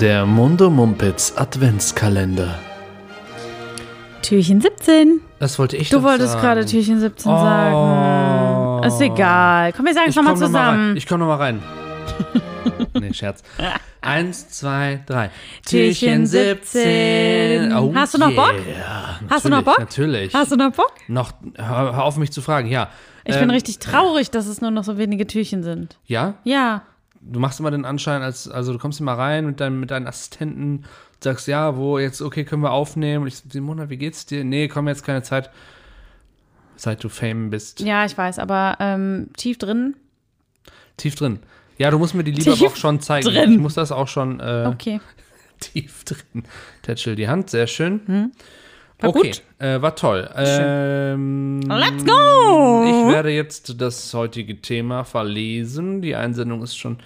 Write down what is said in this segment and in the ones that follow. Der Mundo Mumpitz Adventskalender. Türchen 17. Das wollte ich Du doch wolltest sagen. gerade Türchen 17 Oh. sagen. Ist egal. Komm, wir sagen es Ich nochmal komm noch mal zusammen. rein. Ich komme nochmal rein. nee, Scherz. Eins, zwei, drei. Türchen 17. Oh, Hast du noch Bock? Yeah. Hast du noch Natürlich, Bock? Natürlich. Hast du noch Bock? noch, hör, hör auf mich zu fragen, ja. Ich Ähm, bin richtig traurig, dass es nur noch so wenige Türchen sind. Ja? Ja. Du machst immer den Anschein, als, also du kommst immer rein mit deinem, mit deinen Assistenten, sagst, ja, wo jetzt, okay, können wir aufnehmen. Und ich so, Simona, wie geht's dir? Nee, komm, jetzt keine Zeit. Seit du Fame bist. Ja, ich weiß, aber ähm, tief drin. Tief drin. Ja, du musst mir die Liebe aber Tief auch schon zeigen. drin. Ich muss das auch schon äh, Okay. tief drin. Tätschel die Hand, sehr schön. Hm. War okay, gut. Äh, war toll. Ähm, Let's go! Ich werde jetzt das heutige Thema verlesen. Die Einsendung ist schon.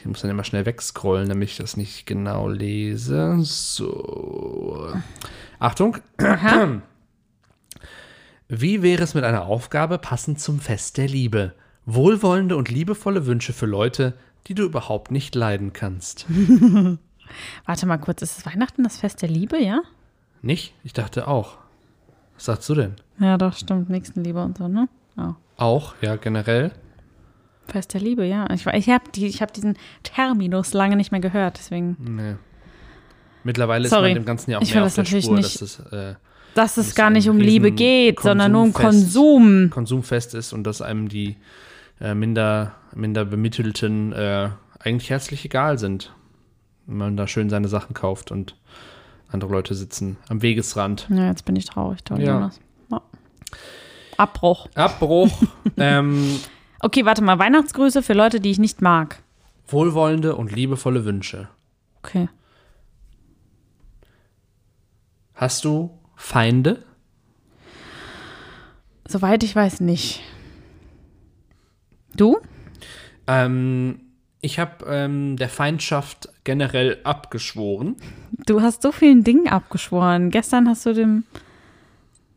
Ich muss dann immer schnell wegscrollen, damit ich das nicht genau lese. So. Achtung. Wie wäre es mit einer Aufgabe passend zum Fest der Liebe? Wohlwollende und liebevolle Wünsche für Leute, die du überhaupt nicht leiden kannst. Warte mal kurz, ist es Weihnachten das Fest der Liebe, ja? Nicht? Ich dachte auch. Was sagst du denn? Ja, doch, stimmt. Nächstenliebe und so, ne? Oh. Auch, ja, generell. Fest der Liebe, ja. Ich, ich habe die, ich hab diesen Terminus lange nicht mehr gehört, deswegen. Nee. Mittlerweile Sorry. ist man dem Ganzen ja auch Ich mehr will auf das der natürlich Spur, nicht- dass es äh, Dass es es gar ein nicht um riesen Liebe geht, sondern nur um Konsum. Konsumfest ist und dass einem die äh, minder, minder Bemittelten äh, eigentlich herzlich egal sind. Wenn man da schön seine Sachen kauft und andere Leute sitzen am Wegesrand. Ja, jetzt bin ich traurig, toll, Ja. Jonas. Ja. Abbruch. Abbruch. ähm, Okay, warte mal. Weihnachtsgrüße für Leute, die ich nicht mag. wohlwollende und liebevolle Wünsche. Okay. Hast du Feinde? Soweit ich weiß, nicht. Du? Ähm, ich habe ähm, der Feindschaft generell abgeschworen. Du hast so vielen Dingen abgeschworen. Gestern hast du dem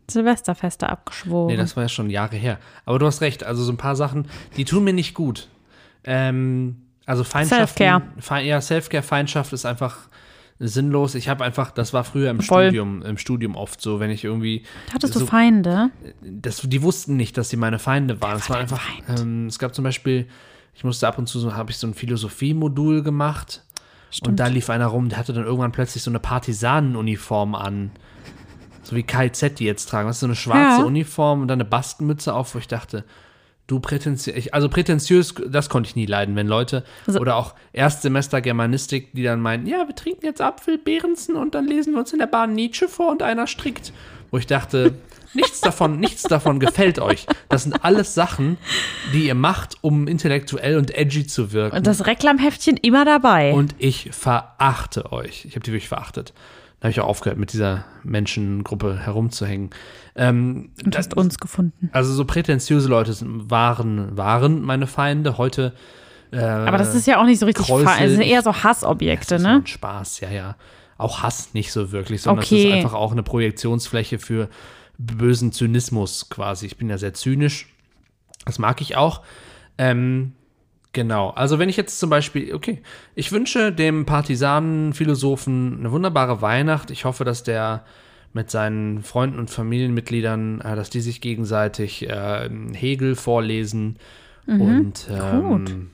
Silvesterfeste abgeschworen. Nee, das war ja schon Jahre her. Aber du hast recht, also so ein paar Sachen, die tun mir nicht gut. Ähm, also Feindschaft. Selfcare. Fe ja, Selfcare, Feindschaft ist einfach sinnlos. Ich habe einfach, das war früher im Voll. Studium, im Studium oft so, wenn ich irgendwie. Hattest so, du Feinde? das, die wussten nicht, dass sie meine Feinde waren. Es war einfach, ähm, es gab zum Beispiel, ich musste ab und zu so, habe ich so ein Philosophie-Modul gemacht. Und da lief einer rum, der hatte dann irgendwann plötzlich so eine Partisanenuniform an. So wie KZ die jetzt tragen. Das ist so eine schwarze Ja. Uniform und dann eine Bastenmütze auf, wo ich dachte, du prätentiös, also prätentiös, das konnte ich nie leiden, wenn Leute Also- oder auch Erstsemester Germanistik, die dann meinen, ja, wir trinken jetzt Apfel, Behrensen und dann lesen wir uns in der Bahn Nietzsche vor und einer strickt. Wo ich dachte, nichts davon, nichts davon gefällt euch. Das sind alles Sachen, die ihr macht, um intellektuell und edgy zu wirken. Und das Reklamheftchen immer dabei. Und ich verachte euch. Ich habe die wirklich verachtet. Da habe ich auch aufgehört, mit dieser Menschengruppe herumzuhängen. Ähm, Und hast uns gefunden. also so prätentiöse Leute sind, waren, waren meine Feinde. Heute Aber das ist ja auch nicht so richtig Kräusel, Feinde. Das sind ich- eher so Hassobjekte, ist nur ne? ein Spaß, Äh, ja, ja. Auch Hass nicht so wirklich, sondern es Okay. ist einfach auch eine Projektionsfläche für bösen Zynismus quasi. Ich bin ja sehr zynisch. Das mag ich auch. Ähm, genau. Also wenn ich jetzt zum Beispiel, okay, ich wünsche dem Partisanen, Philosophen eine wunderbare Weihnacht. Ich hoffe, dass der mit seinen Freunden und Familienmitgliedern, äh, dass die sich gegenseitig äh, Hegel vorlesen und, Mhm. Gut. ähm,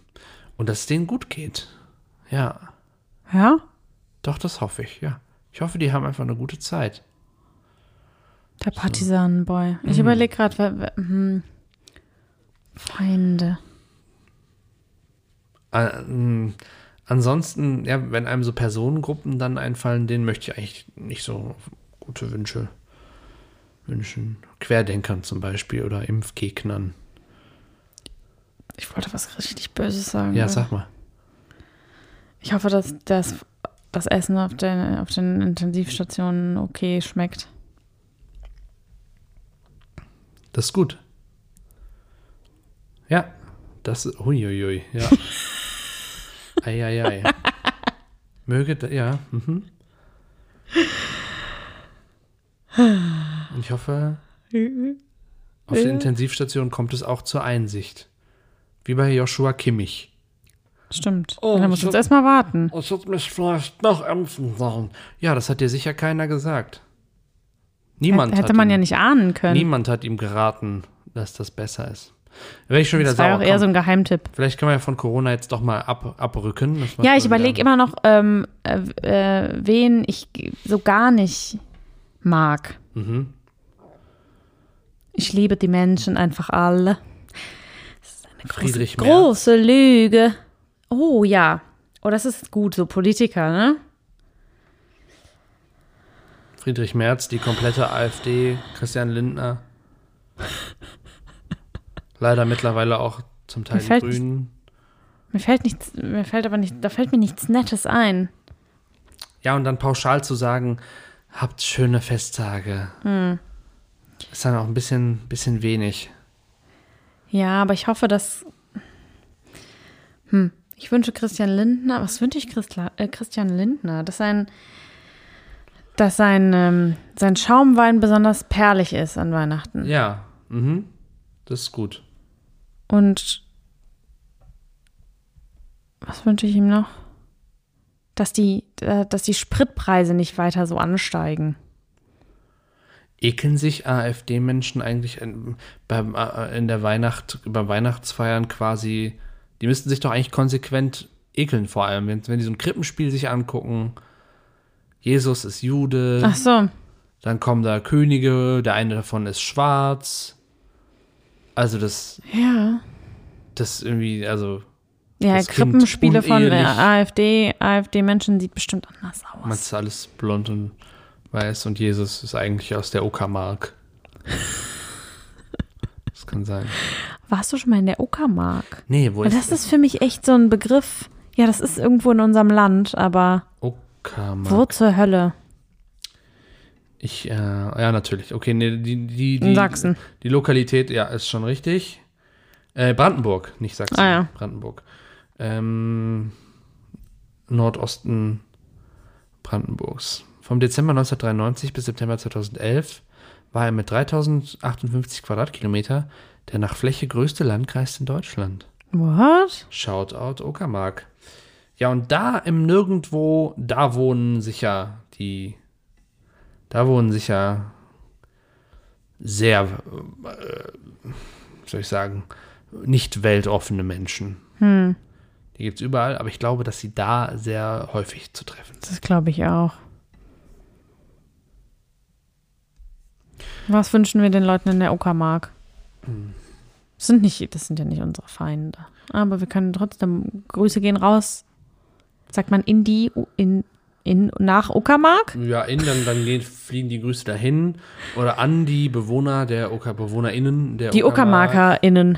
und dass es denen gut geht. Ja. Ja? Doch, das hoffe ich, ja. Ich hoffe, die haben einfach eine gute Zeit. Der Partisanenboy. Mhm. Ich überlege gerade, hm. Feinde. Äh, mh, ansonsten, ja, wenn einem so Personengruppen dann einfallen, denen möchte ich eigentlich nicht so gute Wünsche wünschen. Querdenkern zum Beispiel oder Impfgegnern. Ich wollte was richtig Böses sagen. Ja, sag mal. Ich hoffe, dass das, das Essen auf den, auf den Intensivstationen okay schmeckt. Das ist gut. Ja, das Huiuiui, ja. Eieiei. Möge, da- ja. Mhm. Und ich hoffe, auf der Intensivstation kommt es auch zur Einsicht. Wie bei Joshua Kimmich. Stimmt. Oh, Dann muss so- uns erstmal warten. Es wird mich vielleicht noch impfen lassen. Ja, das hat dir sicher keiner gesagt. Niemand Hätte hat man ihm, ja nicht ahnen können. Niemand hat ihm geraten, dass das besser ist. Da Wäre ich schon wieder Das war ja sauer. auch eher Komm, so ein Geheimtipp. Vielleicht können wir ja von Corona jetzt doch mal ab, abrücken. Das macht Ja, mal ich wieder- überlege immer noch, ähm, äh, äh, wen ich g- so gar nicht mag. Mhm. Ich liebe die Menschen einfach alle. Friedrich Merz. Große Lüge. Oh ja. Oh, das ist gut, so Politiker, ne? Friedrich Merz, die komplette AfD, Christian Lindner. Leider mittlerweile auch zum Teil Mir die fällt- Grünen. Mir fällt nichts, mir fällt aber nicht, da fällt mir nichts Nettes ein. Ja, und dann pauschal zu sagen, habt schöne Festtage. Hm. Ist dann auch ein bisschen, bisschen wenig. Ja, aber ich hoffe, dass. Hm. Ich wünsche Christian Lindner, was wünsche ich Christla, äh, Christian Lindner? Dass sein, dass sein, ähm, sein Schaumwein besonders perlig ist an Weihnachten. Ja, mhm. das ist gut. Und was wünsche ich ihm noch? Dass die, äh, dass die Spritpreise nicht weiter so ansteigen. Ekeln sich AfD-Menschen eigentlich in, beim, äh, in der Weihnacht, beim Weihnachtsfeiern quasi, die müssten sich doch eigentlich konsequent ekeln, vor allem, wenn, wenn die so ein Krippenspiel sich angucken. Jesus ist Jude, Ach so, dann kommen da Könige, der eine davon ist schwarz. Also das, ja. das irgendwie, also Ja, Das klingt Krippenspiele von der unehelich. AfD, AfD-Menschen sieht bestimmt anders man aus. ist alles blond und weiß und Jesus ist eigentlich aus der Uckermark. das kann sein. Warst du schon mal in der Uckermark? Nee, wo Weil ist das ist für mich echt so ein Begriff. Ja, das ist irgendwo in unserem Land, aber Uckermark? wo zur Hölle? Ich, äh, ja, natürlich. Okay, nee, die, die, die, In Sachsen. Die Lokalität, ja, ist schon richtig. Äh, Brandenburg, nicht Sachsen. Ah, ja. Brandenburg. Ähm, Nordosten Brandenburgs. Vom Dezember 1993 bis September 2011 war er mit 3058 Quadratkilometer der nach Fläche größte Landkreis in Deutschland. What? Shoutout Uckermark. Ja, und da im Nirgendwo, da wohnen sicher die, da wohnen sicher sehr, äh, soll ich sagen, nicht weltoffene Menschen. Die gibt es überall, aber ich glaube, dass sie da sehr häufig zu treffen sind. Das glaube ich auch. Was wünschen wir den Leuten in der Uckermark? Hm. Das sind, nicht, das sind ja nicht unsere Feinde. Aber wir können trotzdem, Grüße gehen raus. Sagt man in die, U- in, in, nach Uckermark? Ja, in, dann, dann gehen, fliegen die Grüße dahin oder an die Bewohner der Ucker, BewohnerInnen der Die UckermarkerInnen.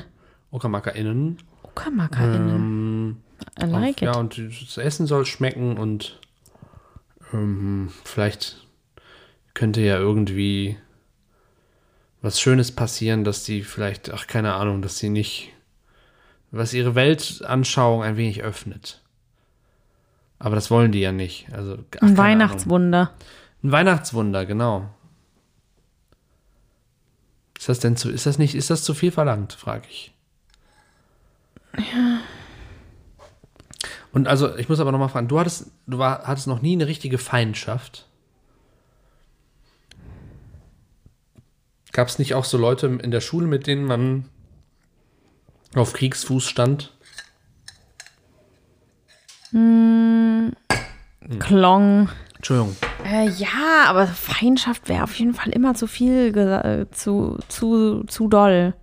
UckermarkerInnen. UckermarkerInnen. Ähm, I Auf- like Ja, it. und das Essen soll schmecken und ähm, vielleicht könnte ja irgendwie was Schönes passieren, dass die vielleicht, ach keine Ahnung, dass sie nicht, was ihre Weltanschauung ein wenig öffnet. Aber das wollen die ja nicht. Also, ach, Ein keine Ahnung. Weihnachtswunder. Ein Weihnachtswunder, genau. Ist das denn zu, ist das nicht, ist das zu viel verlangt, frage ich. Ja. Und also, ich muss aber nochmal fragen, du hattest, du war, hattest noch nie eine richtige Feindschaft. Gab es nicht auch so Leute in der Schule, mit denen man auf Kriegsfuß stand? Hm. Klong. Entschuldigung. Äh, ja, aber Feindschaft wäre auf jeden Fall immer zu viel, gesa- äh, zu, zu, zu doll.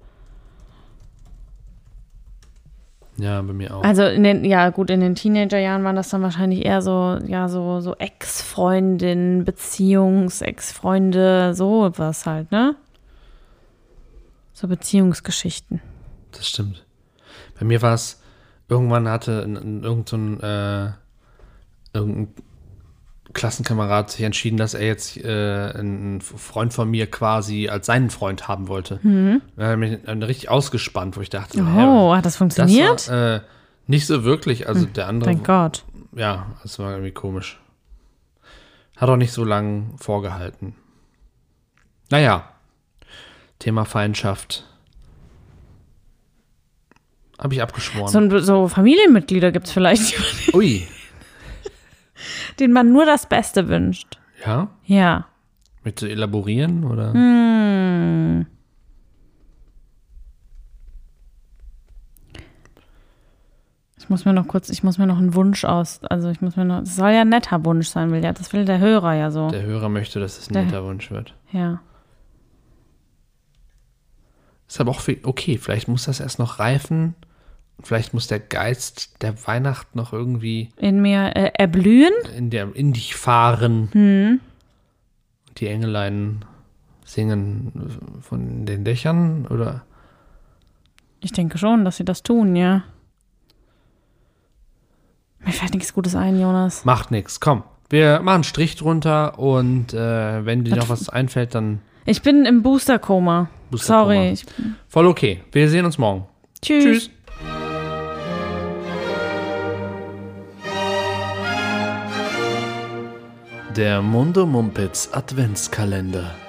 Ja, bei mir auch. Also in den, ja gut, in den Teenagerjahren waren das dann wahrscheinlich eher so, ja, so, so Ex-Freundin, Beziehungs, Ex-Freunde, so was halt, ne? So Beziehungsgeschichten. Das stimmt. Bei mir war es, irgendwann hatte n- n- irgend so ein, äh, irgendein Klassenkamerad sich entschieden, dass er jetzt äh, einen F- Freund von mir quasi als seinen Freund haben wollte. Da hat er mich dann richtig ausgespannt, wo ich dachte, so, hä, Oh, hat das das funktioniert? war, äh, nicht so wirklich. Also der andere, Thank God. ja, das war irgendwie komisch. Hat auch nicht so lang vorgehalten. Naja, Thema Feindschaft. Habe ich abgeschworen. So, ein- so Familienmitglieder gibt es vielleicht, Ui. denen man nur das Beste wünscht. Ja? Ja. Willst du elaborieren oder? Ich muss mir noch kurz, ich muss mir noch einen Wunsch aus, also ich muss mir noch, es soll ja ein netter Wunsch sein, will ja, das will der Hörer ja so. Der Hörer möchte, dass es ein Der- netter Wunsch wird. Ja. Ist aber auch viel, okay, vielleicht muss das erst noch reifen. Vielleicht muss der Geist der Weihnacht noch irgendwie In mir äh, erblühen? in, der, in dich fahren. Und Die Engelein singen von den Dächern oder Ich denke schon, dass sie das tun, ja. Mir fällt nichts Gutes ein, Jonas. macht nichts. Komm, wir machen einen Strich drunter und äh, wenn dir noch was einfällt, dann Ich bin im Booster-Koma. Booster-Koma. Sorry. Ich, voll okay. Wir sehen uns morgen. tschüss. Tschüss. Der Mundo Mumpets Adventskalender.